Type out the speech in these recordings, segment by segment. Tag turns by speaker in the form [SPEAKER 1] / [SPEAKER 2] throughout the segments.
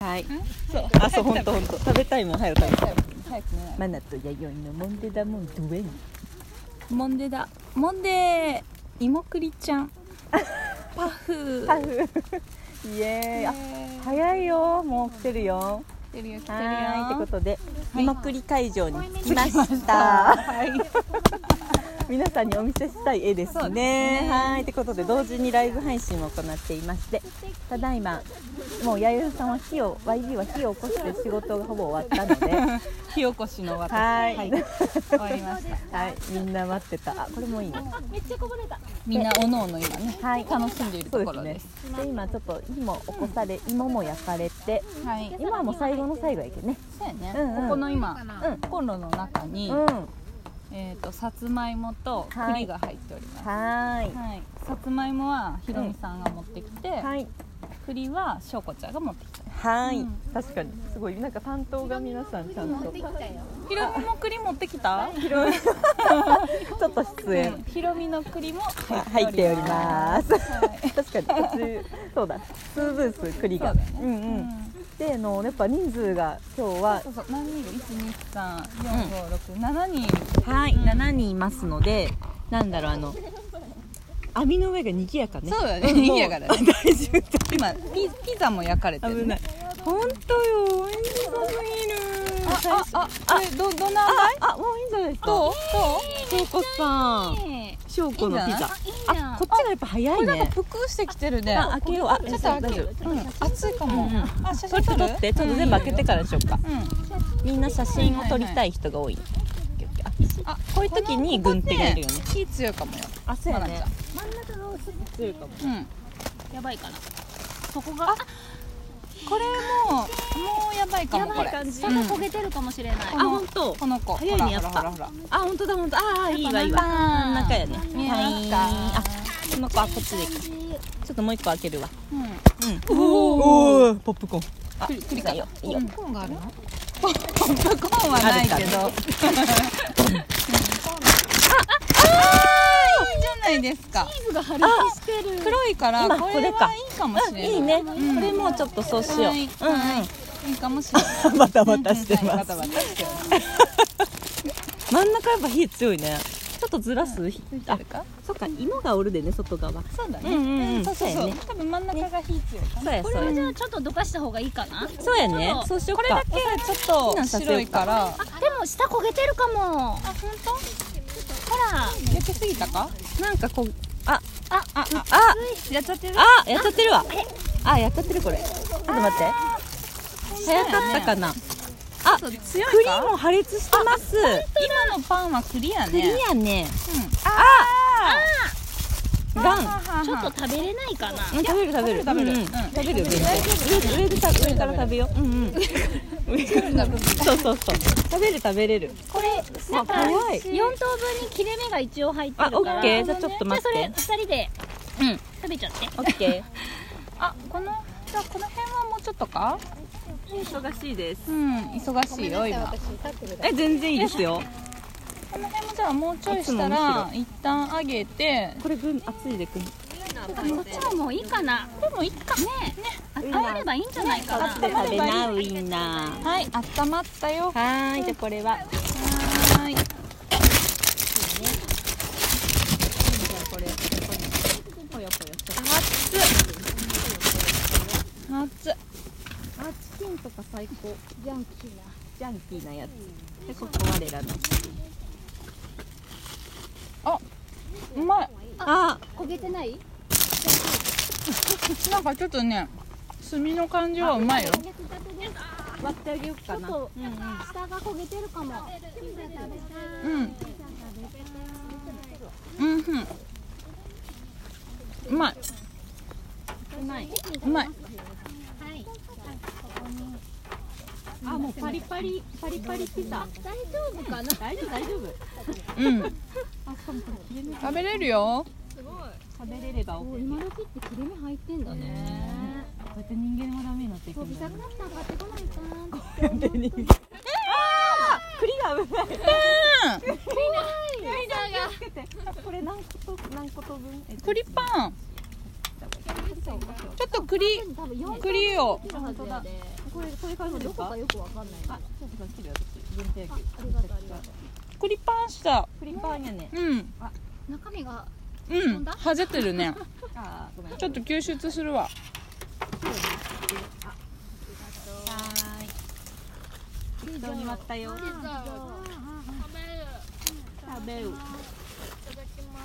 [SPEAKER 1] はい。そう。あ、そう、本当本当。食べたいもん早く食べたい。
[SPEAKER 2] 早くね
[SPEAKER 1] マナと弥生のモンデダモンドゥエン。
[SPEAKER 2] モンデだモンデー芋栗 ちゃんパフ
[SPEAKER 1] ハフ。イエーイ。あ、早いよ。もう来てるよ。
[SPEAKER 2] 来てるよ来て
[SPEAKER 1] は
[SPEAKER 2] るよ
[SPEAKER 1] ーい。ってことで、
[SPEAKER 2] はい
[SPEAKER 1] 今栗会場に着きました。
[SPEAKER 2] はい
[SPEAKER 1] 皆さんにお見せしたい絵です
[SPEAKER 2] そうです
[SPEAKER 1] ね。
[SPEAKER 2] ね
[SPEAKER 1] はい、ということで同時にライブ配信も行っていまして、ただいまもう弥生さんは火を YG は火を起こして仕事がほぼ終わったので、 は
[SPEAKER 2] 火起こしの私
[SPEAKER 1] はい
[SPEAKER 2] 終わりました
[SPEAKER 1] い、みんな待ってた。あ、これもいいね。
[SPEAKER 2] みんなおのおの今ね、
[SPEAKER 1] はい
[SPEAKER 2] 楽しんでいる
[SPEAKER 1] そ
[SPEAKER 2] と
[SPEAKER 1] うで
[SPEAKER 2] こ
[SPEAKER 1] す
[SPEAKER 2] ろ
[SPEAKER 1] ね
[SPEAKER 2] です。
[SPEAKER 1] で今ちょっと芋も起こされ、芋も焼かれて、
[SPEAKER 2] はい
[SPEAKER 1] 今はもう最後の最後やけどね。
[SPEAKER 2] そうやね、
[SPEAKER 1] うんうん
[SPEAKER 2] ここの今、
[SPEAKER 1] うん
[SPEAKER 2] コンロの中に、
[SPEAKER 1] うん。は
[SPEAKER 2] えっ、とさつまいもと栗が入っております。
[SPEAKER 1] ーい。
[SPEAKER 2] はい。さつまいもはひろみさんが持ってきて、
[SPEAKER 1] はい。
[SPEAKER 2] 栗はしょうこちゃんが持ってきた。
[SPEAKER 1] はーい、
[SPEAKER 2] うん
[SPEAKER 1] 確かにすごいなんか担当が皆さん ちゃんと
[SPEAKER 2] ひろみも栗持ってきた？
[SPEAKER 1] ひろちょっと出演
[SPEAKER 2] うんひろみの栗も入
[SPEAKER 1] 入
[SPEAKER 2] っ
[SPEAKER 1] ってて
[SPEAKER 2] お
[SPEAKER 1] お
[SPEAKER 2] り
[SPEAKER 1] り
[SPEAKER 2] ま。
[SPEAKER 1] ますす。確かに途中そうだ数ブース栗が
[SPEAKER 2] そうだよね
[SPEAKER 1] んうん、であのやっぱ人数が今日は
[SPEAKER 2] そうそう何人いる？一二三四五六七人いる。
[SPEAKER 1] はい、7人いますのでなんだろうあの網の上が賑やかね
[SPEAKER 2] そうだね
[SPEAKER 1] んも
[SPEAKER 2] 賑やかだね
[SPEAKER 1] 大 渋滞
[SPEAKER 2] 今ピピザも焼かれてる、
[SPEAKER 1] 危な
[SPEAKER 2] ね
[SPEAKER 1] い。本当よ美味しそうすぎる
[SPEAKER 2] あああこれどどんな甘い？
[SPEAKER 1] あもういいんじゃないですか
[SPEAKER 2] どう
[SPEAKER 1] 翔子さ
[SPEAKER 2] ど
[SPEAKER 1] ん
[SPEAKER 2] う？ね
[SPEAKER 1] 翔子のピ
[SPEAKER 2] いいんじゃ
[SPEAKER 1] ザ
[SPEAKER 2] ない
[SPEAKER 1] あこっちがやっぱ早い
[SPEAKER 2] なんか
[SPEAKER 1] ね
[SPEAKER 2] ぷくしてきてるね。
[SPEAKER 1] あ開けようあ
[SPEAKER 2] ちょっと開けよう。うん、暑いかも。
[SPEAKER 1] うんうん
[SPEAKER 2] あ、写
[SPEAKER 1] それ
[SPEAKER 2] 真撮
[SPEAKER 1] と
[SPEAKER 2] る。
[SPEAKER 1] 取ってちょっと全部開けて
[SPEAKER 2] か。
[SPEAKER 1] からにしようか
[SPEAKER 2] うん。
[SPEAKER 1] みんな写真を撮りたい人が多いあ
[SPEAKER 2] あ、
[SPEAKER 1] こういう時に軍手がいるよね
[SPEAKER 2] ここ火強いかもよ。
[SPEAKER 1] あそう
[SPEAKER 2] やね
[SPEAKER 1] 真ん中が薄く強いかも
[SPEAKER 2] うん。
[SPEAKER 3] やばいかなそこが
[SPEAKER 2] これももうやばいかもこれ。
[SPEAKER 1] 感じ
[SPEAKER 3] 下が焦げてるかもしれない、
[SPEAKER 1] あ本当
[SPEAKER 2] この子。
[SPEAKER 1] 早いねやっぱ
[SPEAKER 2] ほらほらほ
[SPEAKER 1] あ本当だ本当ああいいわいいわ真
[SPEAKER 2] 真
[SPEAKER 1] ん
[SPEAKER 2] ん
[SPEAKER 1] 中
[SPEAKER 2] 中
[SPEAKER 1] やね
[SPEAKER 2] 見えますか
[SPEAKER 1] はいあこの子はこっちでいいちょっともう一個開けるわ
[SPEAKER 2] ら。
[SPEAKER 1] うん
[SPEAKER 2] お
[SPEAKER 1] おポップコーンあ
[SPEAKER 2] うん。
[SPEAKER 1] いいよいいよ
[SPEAKER 2] ポップコーンがあるの？ポップコーンはないけど。
[SPEAKER 1] あ
[SPEAKER 2] あ、あ、あいいじゃないですか。
[SPEAKER 3] チーズが破裂してる
[SPEAKER 2] 黒いから
[SPEAKER 1] 今
[SPEAKER 2] こ
[SPEAKER 1] こ
[SPEAKER 2] れ
[SPEAKER 1] れか
[SPEAKER 2] はいいかも
[SPEAKER 1] う
[SPEAKER 2] しれ
[SPEAKER 1] ん
[SPEAKER 2] ない。
[SPEAKER 1] いいね
[SPEAKER 2] ん
[SPEAKER 1] これもうちょっとそうしよう
[SPEAKER 2] は
[SPEAKER 1] う
[SPEAKER 2] い
[SPEAKER 1] ん
[SPEAKER 2] いいかもしれない。
[SPEAKER 1] うんバタ
[SPEAKER 2] うんはいバタバタしてま
[SPEAKER 1] 真ん中やっぱ火強いねちょっとずらす
[SPEAKER 2] す。
[SPEAKER 1] あ
[SPEAKER 2] あるか？
[SPEAKER 1] そっか芋がおるでね外側
[SPEAKER 2] そうだね。
[SPEAKER 1] うんうんうん
[SPEAKER 2] そうそう
[SPEAKER 1] そう
[SPEAKER 2] そう
[SPEAKER 1] やね。
[SPEAKER 2] 多分真ん中が火強いか
[SPEAKER 1] そう
[SPEAKER 2] な。
[SPEAKER 1] や
[SPEAKER 3] こ
[SPEAKER 1] そ
[SPEAKER 3] れ
[SPEAKER 1] う
[SPEAKER 3] はじ
[SPEAKER 1] や
[SPEAKER 3] ゃあちょっとどかした方がいいかな
[SPEAKER 1] そうやねそうしよ
[SPEAKER 2] こ
[SPEAKER 1] っ
[SPEAKER 2] れだ
[SPEAKER 1] か
[SPEAKER 2] けちょっと白いから。あ
[SPEAKER 3] でも下焦げてるかも
[SPEAKER 2] 本当？
[SPEAKER 3] ほら
[SPEAKER 2] 焼きすぎたか？
[SPEAKER 1] なんかこうあ
[SPEAKER 2] あああ
[SPEAKER 1] あ
[SPEAKER 2] やっちゃってる。
[SPEAKER 1] あやっちゃってるわあやっちゃってるこれちょっと待って早かったかなあ
[SPEAKER 2] そう
[SPEAKER 1] 栗
[SPEAKER 2] 強いか？
[SPEAKER 1] も破裂してます
[SPEAKER 2] 今のパンはクリやね。
[SPEAKER 1] 栗やね
[SPEAKER 2] うん。
[SPEAKER 1] あ
[SPEAKER 2] あ
[SPEAKER 1] ガン
[SPEAKER 3] ち
[SPEAKER 2] ち
[SPEAKER 3] ょっと食べれないかな
[SPEAKER 1] うん食べる食べる
[SPEAKER 2] 食べる
[SPEAKER 1] うんうん
[SPEAKER 2] うん
[SPEAKER 1] 食べるよ全然上で上でさ上から食べよううんうんそうそうそう食べる食べれる
[SPEAKER 3] これなんか
[SPEAKER 1] あ怖い
[SPEAKER 3] 4等分に切れ目が一応入ってるから
[SPEAKER 1] あオッケーじゃあちょっと待って
[SPEAKER 3] じゃあそれ2人で
[SPEAKER 1] うん
[SPEAKER 3] 食べちゃって
[SPEAKER 1] オッケ
[SPEAKER 2] あこのじゃあこの辺はもうちょっとか？
[SPEAKER 1] ー忙しいです
[SPEAKER 2] うん忙しいよ今。
[SPEAKER 1] え全然いいですよ
[SPEAKER 2] この辺もじゃあもうちょいしたら一旦上げて。
[SPEAKER 1] これ分熱いでくん
[SPEAKER 3] こっちももういいかな
[SPEAKER 2] でもいっか。
[SPEAKER 3] ねえ温めればいいんじゃないかな
[SPEAKER 1] で食べなウインナー
[SPEAKER 2] はい温まったよ。は
[SPEAKER 1] はーいじゃあこれは
[SPEAKER 2] ーい。熱っ
[SPEAKER 1] あチキンとか最高ジャンキーなジャンキーなやつでここ我らの
[SPEAKER 2] うまい
[SPEAKER 1] あ
[SPEAKER 3] 焦げてない
[SPEAKER 2] なんかちょっとね炭の感じはうまいよ
[SPEAKER 1] 割ってあげようかな
[SPEAKER 3] と下が焦げてるかも
[SPEAKER 2] うんうんふんうまいう
[SPEAKER 3] まいう
[SPEAKER 2] まい
[SPEAKER 3] はい
[SPEAKER 1] あもうパリパリパリパリピザ
[SPEAKER 3] 大丈夫かな
[SPEAKER 1] 大丈夫大丈夫
[SPEAKER 2] うん食べれるよ
[SPEAKER 1] 食べれれば OK こ
[SPEAKER 3] 今時って切れ目入ってんだね
[SPEAKER 1] うやって人間はダメになっていく
[SPEAKER 3] 小
[SPEAKER 1] ん
[SPEAKER 3] 木
[SPEAKER 1] だ
[SPEAKER 3] さくなったら買ってこないかな
[SPEAKER 1] 栗 が危ない
[SPEAKER 2] うん
[SPEAKER 1] これ何個と何個と分え
[SPEAKER 2] 栗パンちょっと栗
[SPEAKER 3] 多分4
[SPEAKER 2] 栗を
[SPEAKER 3] キロはずやで
[SPEAKER 1] これこれ買うの
[SPEAKER 3] ど
[SPEAKER 1] です
[SPEAKER 3] こ
[SPEAKER 1] か
[SPEAKER 3] かよくわかんない
[SPEAKER 1] あ
[SPEAKER 3] あ
[SPEAKER 1] ちょっとこっちで私限定
[SPEAKER 3] あ
[SPEAKER 1] 薬
[SPEAKER 3] りがとうありがと
[SPEAKER 2] 栗パンした
[SPEAKER 1] フリッパーにゃね
[SPEAKER 2] うん
[SPEAKER 3] う中身が
[SPEAKER 2] うんはぜてるね
[SPEAKER 1] あーごめん
[SPEAKER 2] ちょっと吸出するわ
[SPEAKER 1] はーい適当に割ったよ食べる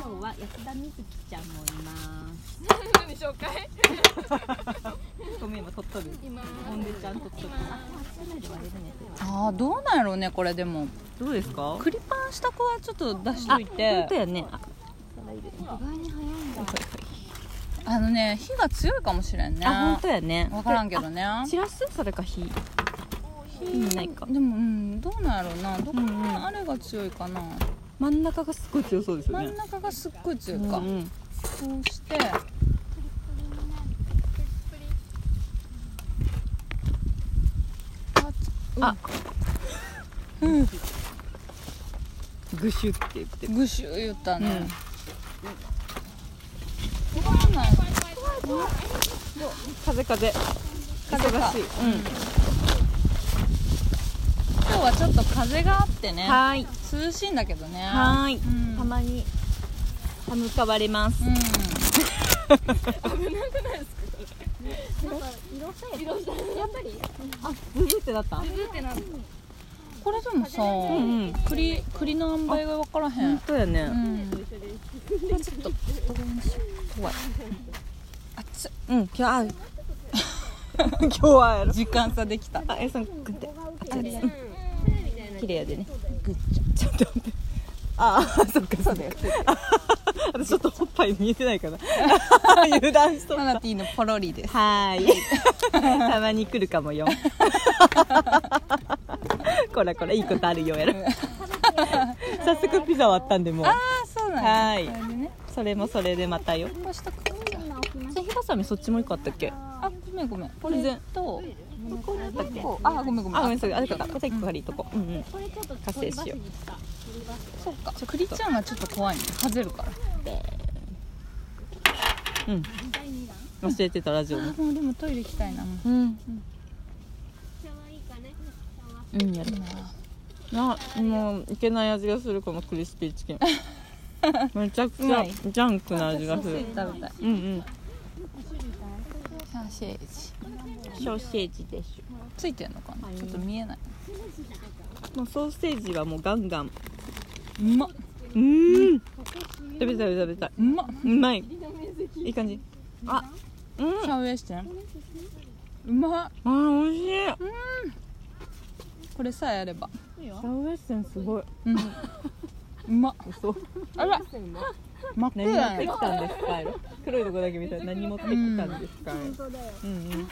[SPEAKER 1] 今日は安田みずきちゃんもいます何紹介ごめん今撮っとるほんでちゃん撮っとるあこっちので割れるね
[SPEAKER 2] あーどうなんやろうねこれでも
[SPEAKER 1] どうですか
[SPEAKER 2] 栗パンした子はちょっと出しとい
[SPEAKER 1] 本
[SPEAKER 2] て
[SPEAKER 1] 当やねあ
[SPEAKER 3] 意外に早いんだ
[SPEAKER 2] あのね火が強いかもしれんね
[SPEAKER 1] あ本当やね
[SPEAKER 2] 分からんけどね
[SPEAKER 1] あ散らすそれか火火ないか
[SPEAKER 2] でもうんどうなんやろうなどこ
[SPEAKER 1] うんうん
[SPEAKER 2] のあれが強いかな、
[SPEAKER 1] 真ん中がすごい強そうですよ
[SPEAKER 2] 真
[SPEAKER 1] ね
[SPEAKER 2] ん中がすっごい強いか、
[SPEAKER 1] うんうん
[SPEAKER 2] そうして
[SPEAKER 1] あ
[SPEAKER 2] うん
[SPEAKER 1] ぐしゅって言ってる
[SPEAKER 2] ぐしゅ言ったね、
[SPEAKER 1] うん
[SPEAKER 2] 分からない
[SPEAKER 1] 風風
[SPEAKER 2] 風か
[SPEAKER 1] 忙しいうん
[SPEAKER 2] 今日はちょっと風があってね
[SPEAKER 1] はーい
[SPEAKER 2] 涼しいんだけどね
[SPEAKER 1] はーい
[SPEAKER 2] うん
[SPEAKER 1] たまに歯向かわれます
[SPEAKER 2] うん
[SPEAKER 3] なんか色さえやっぱり
[SPEAKER 1] あブブってなった
[SPEAKER 2] これでもさ、
[SPEAKER 1] うんうん
[SPEAKER 2] 栗栗の塩梅が分からへ
[SPEAKER 1] 本
[SPEAKER 2] ん
[SPEAKER 1] 当やね
[SPEAKER 2] うん
[SPEAKER 1] 怖い
[SPEAKER 2] 熱い
[SPEAKER 1] うん 今日あ今日はやろ
[SPEAKER 2] 時間差でき た
[SPEAKER 1] あえさんグって綺麗やでね
[SPEAKER 2] ぐっ
[SPEAKER 1] ち
[SPEAKER 2] ちゃ
[SPEAKER 1] ょっと待ってああ そっかそうだよ私ちょっとおっぱい見えてないかな 油断しとった
[SPEAKER 2] マナティーのポロリです
[SPEAKER 1] はーい たまに来るかもよ こらこらいいことあるよや ろ早速ピザ割ったんでもう
[SPEAKER 2] ああそうなんや
[SPEAKER 1] はーい
[SPEAKER 2] これでね
[SPEAKER 1] それもそれでまたよ
[SPEAKER 2] こうしたく
[SPEAKER 1] じゃあひばさみそっちも一個あったっけ
[SPEAKER 2] あごめんごめんこ
[SPEAKER 1] 全
[SPEAKER 2] れ
[SPEAKER 1] 然
[SPEAKER 2] と
[SPEAKER 1] これあったっけ
[SPEAKER 2] こうあごめんごめん
[SPEAKER 1] あごめんなさいあれかこれ一個借りとこううんうん
[SPEAKER 3] これちょっと
[SPEAKER 1] 活性しよう
[SPEAKER 2] そうか栗ちゃんがちょっと怖いねはぜるから
[SPEAKER 1] うん忘れてたラジオの
[SPEAKER 2] あもうでもトイレ行きたいな
[SPEAKER 1] うんうんやるなもういけない味がするこのクリスピーチ キンめちゃくち
[SPEAKER 2] うま
[SPEAKER 1] ゃ
[SPEAKER 2] い
[SPEAKER 1] ジャンクな味がする
[SPEAKER 2] 食べたい
[SPEAKER 1] うんうん
[SPEAKER 2] ソーセージ
[SPEAKER 1] ソーセージでし
[SPEAKER 2] ついてんのかなちょっと見えない
[SPEAKER 1] ょもうソーセージはもうガンガン
[SPEAKER 2] うまっ
[SPEAKER 1] うーん食べたい食べたいう
[SPEAKER 2] まっ
[SPEAKER 1] うまいいい感じあうん
[SPEAKER 2] シャウエしてうまっ
[SPEAKER 1] あ美味しいシ
[SPEAKER 2] これさえあれば
[SPEAKER 1] ャウエッセンすごい
[SPEAKER 2] うんうまっ
[SPEAKER 1] 嘘
[SPEAKER 2] あら真っ
[SPEAKER 1] 何
[SPEAKER 2] 黒
[SPEAKER 1] 持っ
[SPEAKER 2] だ
[SPEAKER 1] て
[SPEAKER 2] ね
[SPEAKER 1] きたんですか黒いとこだけ見たら何持ってきたんですかうんうん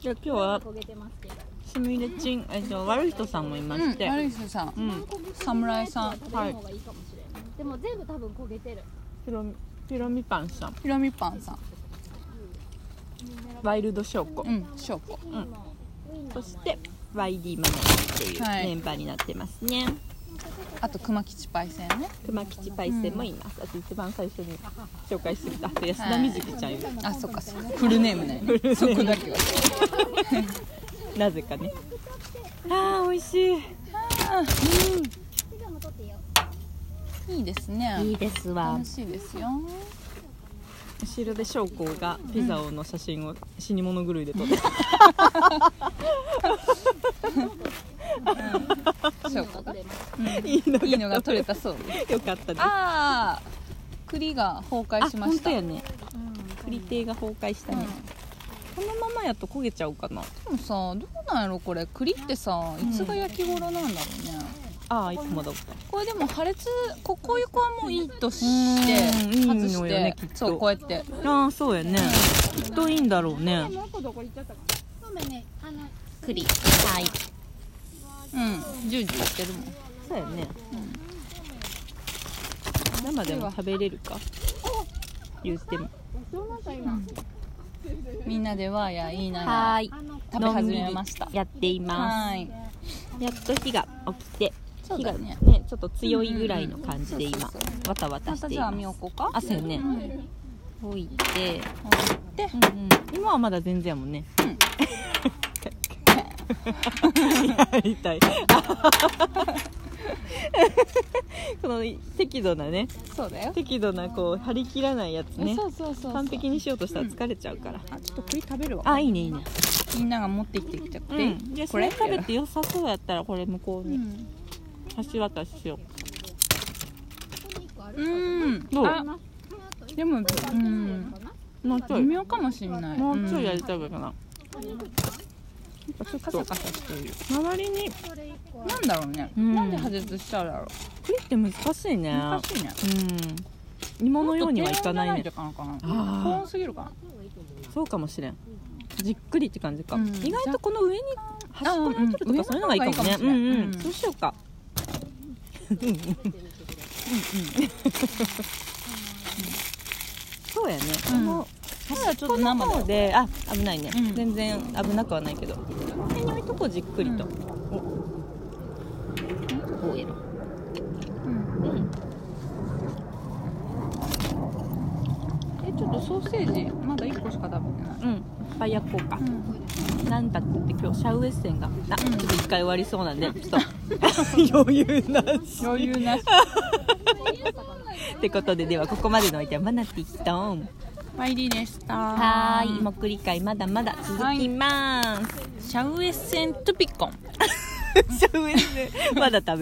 [SPEAKER 1] じゃあ今日は
[SPEAKER 3] 焦げてますけど
[SPEAKER 1] すみれちんえっと悪い人さんもいま
[SPEAKER 2] う
[SPEAKER 1] し
[SPEAKER 2] ん
[SPEAKER 1] て
[SPEAKER 2] マリスさん
[SPEAKER 1] うん
[SPEAKER 2] 侍さん
[SPEAKER 3] 食べた方がいいかもしれないでも全部多分焦げてる
[SPEAKER 1] ピロミピロミパンさん
[SPEAKER 2] ひろみパンさん
[SPEAKER 1] ワイルドショーコ
[SPEAKER 2] うんしょうこ
[SPEAKER 1] んそしてワイ YD ママっていう
[SPEAKER 2] はい
[SPEAKER 1] メンバーになってますね
[SPEAKER 2] あと熊吉パイセンね
[SPEAKER 1] 熊吉パイセンもいますあと一番最初に紹介してきた安田みずきちゃんい る
[SPEAKER 2] あそっかそっかフルネームねそこだけは
[SPEAKER 1] なぜ かねあー美味しい
[SPEAKER 2] いいですね
[SPEAKER 1] いいですわ
[SPEAKER 2] 楽しいですよ
[SPEAKER 1] 後ろで将校がピザをの写真を死に物狂いで撮って
[SPEAKER 2] しょうこが
[SPEAKER 1] いいの
[SPEAKER 2] いいのが取れたそうです
[SPEAKER 1] よかったです
[SPEAKER 2] ああ栗が崩壊しま
[SPEAKER 1] 本
[SPEAKER 2] した
[SPEAKER 1] 当やねクリテが崩壊したね、このままやと焦げちゃうかな
[SPEAKER 2] うんでもさどうなんやろこれ栗ってさいつが焼き頃なんだろうね、
[SPEAKER 1] ああいつもだった
[SPEAKER 2] これでも破裂ここういう子はもういいとして
[SPEAKER 1] うん
[SPEAKER 2] 外
[SPEAKER 1] いい
[SPEAKER 2] して
[SPEAKER 1] のよねきっと
[SPEAKER 2] そうこうやって
[SPEAKER 1] ああそうやねきっといいんだろうね
[SPEAKER 2] 栗はいうんジュージューしてるもん
[SPEAKER 1] そうやね、生でも食べれるか言っても
[SPEAKER 2] みんなでわーや言いながら
[SPEAKER 1] い
[SPEAKER 2] 食べ始めました
[SPEAKER 1] やっていま
[SPEAKER 2] はい
[SPEAKER 1] すやっと火が起きて
[SPEAKER 2] そう
[SPEAKER 1] 火が
[SPEAKER 2] だ
[SPEAKER 1] ね
[SPEAKER 2] ね
[SPEAKER 1] ちょっと強いぐらいの感じで今
[SPEAKER 2] うんうんうん
[SPEAKER 1] わたわた
[SPEAKER 2] ま
[SPEAKER 1] したてい
[SPEAKER 2] じゃあ
[SPEAKER 1] ま
[SPEAKER 2] 網
[SPEAKER 1] す
[SPEAKER 2] をこうか
[SPEAKER 1] あそうやね
[SPEAKER 2] 置いて置いて
[SPEAKER 1] うんうん、今はまだ全然やもんね、やりたいその適度なね
[SPEAKER 2] そうだよ、
[SPEAKER 1] 適度なこう張り切らないやつね
[SPEAKER 2] そうそうそうそう
[SPEAKER 1] 完璧にしようとしたら疲れちゃうから、
[SPEAKER 2] あちょっと栗食べるわ
[SPEAKER 1] あいいねいいね
[SPEAKER 2] みんなが持ってきてきたくて、
[SPEAKER 1] じゃあ
[SPEAKER 2] こ
[SPEAKER 1] こ
[SPEAKER 2] れ
[SPEAKER 1] れ食べて良さそうやったらこれ向こう
[SPEAKER 2] う
[SPEAKER 1] に
[SPEAKER 2] ん
[SPEAKER 1] 橋渡ししよ
[SPEAKER 2] うん
[SPEAKER 1] どう
[SPEAKER 2] あでもうん
[SPEAKER 1] うもうちょ
[SPEAKER 2] 微
[SPEAKER 1] い
[SPEAKER 2] 妙かもしれない
[SPEAKER 1] もうちょいや
[SPEAKER 2] ん
[SPEAKER 1] りたいかな、なんかちょっ
[SPEAKER 2] カサ
[SPEAKER 1] と
[SPEAKER 2] カサしてる
[SPEAKER 1] 周りに
[SPEAKER 2] なんだろうね、
[SPEAKER 1] うん
[SPEAKER 2] なんで破絶しただろ
[SPEAKER 1] 栗って難しいうね
[SPEAKER 2] 難しいね
[SPEAKER 1] うん芋のようにはいかない
[SPEAKER 2] もっ
[SPEAKER 1] ね
[SPEAKER 2] と低温じゃないといかんかな
[SPEAKER 1] あー
[SPEAKER 2] 高温すぎるかな
[SPEAKER 1] そうかもしれんじっくりって感じか、
[SPEAKER 2] うん
[SPEAKER 1] 意外とこの上に端っこに置いてる
[SPEAKER 2] うん
[SPEAKER 1] とかそういうのがいいかもね
[SPEAKER 2] 上の方
[SPEAKER 1] う
[SPEAKER 2] がいい
[SPEAKER 1] んうん
[SPEAKER 2] かもしれんうん
[SPEAKER 1] そうしようかそうやね、
[SPEAKER 2] うん
[SPEAKER 1] こ
[SPEAKER 2] ただちょっと
[SPEAKER 1] の
[SPEAKER 2] 生
[SPEAKER 1] 方
[SPEAKER 2] だ
[SPEAKER 1] であ危ないね、
[SPEAKER 2] うん
[SPEAKER 1] 全然危なくはないけどこの辺に置いとこうじっくりと、お
[SPEAKER 2] う
[SPEAKER 1] こうやろ
[SPEAKER 2] うん
[SPEAKER 1] うん
[SPEAKER 2] えちょっとソーセージまだ1個しか食べてない
[SPEAKER 1] うんいっぱい焼こうか、なんだって今日シャウエッセンがあ、
[SPEAKER 2] うん
[SPEAKER 1] ちょっと一回終わりそうなんでちょっと 余裕なし
[SPEAKER 2] 余裕 なし
[SPEAKER 1] ってことでではここまでのおいてはマナティートーン
[SPEAKER 2] マイリーでした
[SPEAKER 1] はーいもう繰り返まだまだ続きます、
[SPEAKER 2] シャウエッセントゥピッコン
[SPEAKER 1] シャウエッセンまだ食べ